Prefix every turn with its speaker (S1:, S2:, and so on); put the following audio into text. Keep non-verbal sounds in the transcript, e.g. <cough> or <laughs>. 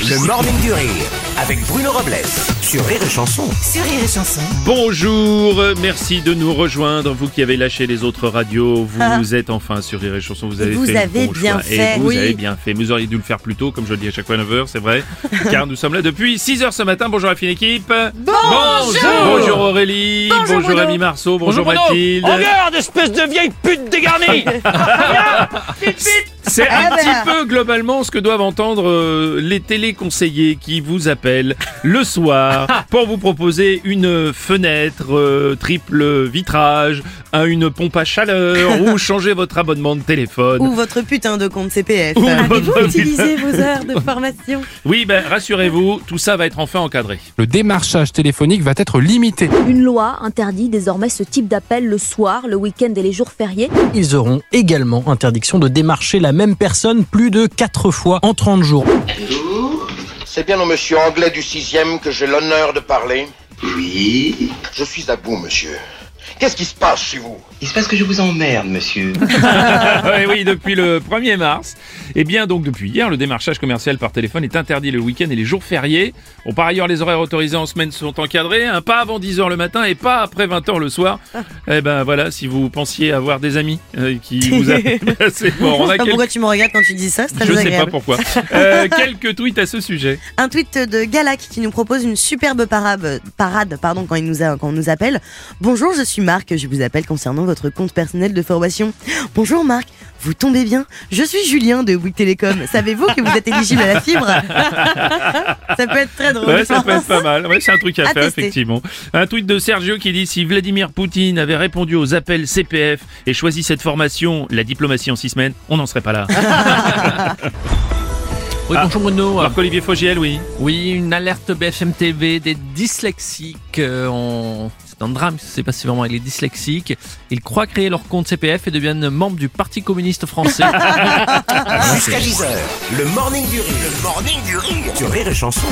S1: Le Morning du Rire avec Bruno Robles sur Rire et Chanson.
S2: sur Rire et Chanson.
S3: Bonjour, merci de nous rejoindre. Vous qui avez lâché les autres radios, vous êtes enfin sur Rire et Chanson. Vous
S4: Et
S3: avez
S4: Ah. vous
S3: fait le
S4: avez
S3: bon
S4: bien
S3: choix.
S4: fait.
S3: Et vous
S4: Oui.
S3: avez bien fait. Mais Vous auriez dû le faire plus tôt, comme je le dis à chaque fois à 9h,
S4: <laughs>
S3: c'est vrai. car nous sommes là depuis 6h ce matin. Bonjour à la fine équipe. Bonjour Bonjour Aurélie. Bonjour, Rémi Marceau. Bonjour, Mathilde.
S5: Regarde, espèce de vieille pute
S3: <laughs>
S5: dégarnie
S3: C'est un
S4: Ah ben.
S3: petit peu globalement ce que doivent entendre euh, les téléconseillers qui vous appellent le
S4: <laughs>
S3: soir pour vous proposer une fenêtre euh, triple vitrage, à une pompe
S4: <laughs>
S3: à chaleur ou changer votre abonnement de téléphone.
S4: Ou votre putain de compte CPF.
S3: Ou
S6: Avez-vous
S3: votre-
S6: utilisé vos heures de formation
S3: Oui, ben rassurez-vous, tout ça va être enfin encadré.
S7: le démarchage téléphonique va être limité.
S8: Une loi interdit désormais ce type d'appel le soir, le week-end et les jours fériés.
S9: Ils auront également interdiction de démarcher la même personne plus de 4 fois en 30 jours.
S10: C'est bien au monsieur anglais du 6e que j'ai l'honneur de parler.
S11: Oui.
S10: Je suis à bout, monsieur. Qu'est-ce qui se passe chez vous
S11: Il se passe que je vous emmerde, monsieur.
S3: <laughs> oui, Eh oui, depuis le 1er mars. Et bien donc depuis hier, le démarchage commercial par téléphone est interdit le week-end et les jours fériés. Bon, par ailleurs, les horaires autorisés en semaine sont encadrés, hein, pas avant 10h le matin et pas après 20h le soir. Eh ben voilà, si vous pensiez avoir des amis euh, qui vous appellent, c'est bon,
S4: <laughs>
S3: on
S4: Je sais pas
S3: a quelques...
S4: pourquoi tu me regardes quand tu dis ça, c'est très
S3: Je sais pas
S4: désagréable.
S3: pourquoi. Euh, quelques tweets à ce sujet.
S4: Un tweet de Galak qui nous propose une superbe parade, parade pardon, quand, il nous a, quand on nous appelle. Bonjour, je suis Marc, je vous appelle concernant votre compte personnel de formation. Bonjour Marc, vous tombez bien, je suis Julien de Bouygues Télécom. Savez-vous que vous êtes éligible à la
S3: <laughs>
S4: fibre Ça peut être très drôle. <laughs>
S3: Ouais, ça peut être pas mal. Ouais, c'est un truc à,
S4: À
S3: faire,
S4: tester.
S3: effectivement. Un tweet de Sergio qui dit si Vladimir Poutine avait répondu aux appels CPF et choisi cette formation, la diplomatie en six semaines, on n'en serait
S4: <laughs>
S3: pas là.
S5: Oui, bonjour Bruno.
S3: Marc-Olivier Fogiel, oui.
S5: Oui, une alerte BFM TV des dyslexiques. euh, en- C'est un drame ce qui s'est passé vraiment avec les dyslexiques. Ils croient créer leur compte CPF et deviennent membres du Parti communiste français.
S1: Jusqu'à 10h, le Morning du Rire. Le Morning du Rire sur Rire et Chanson.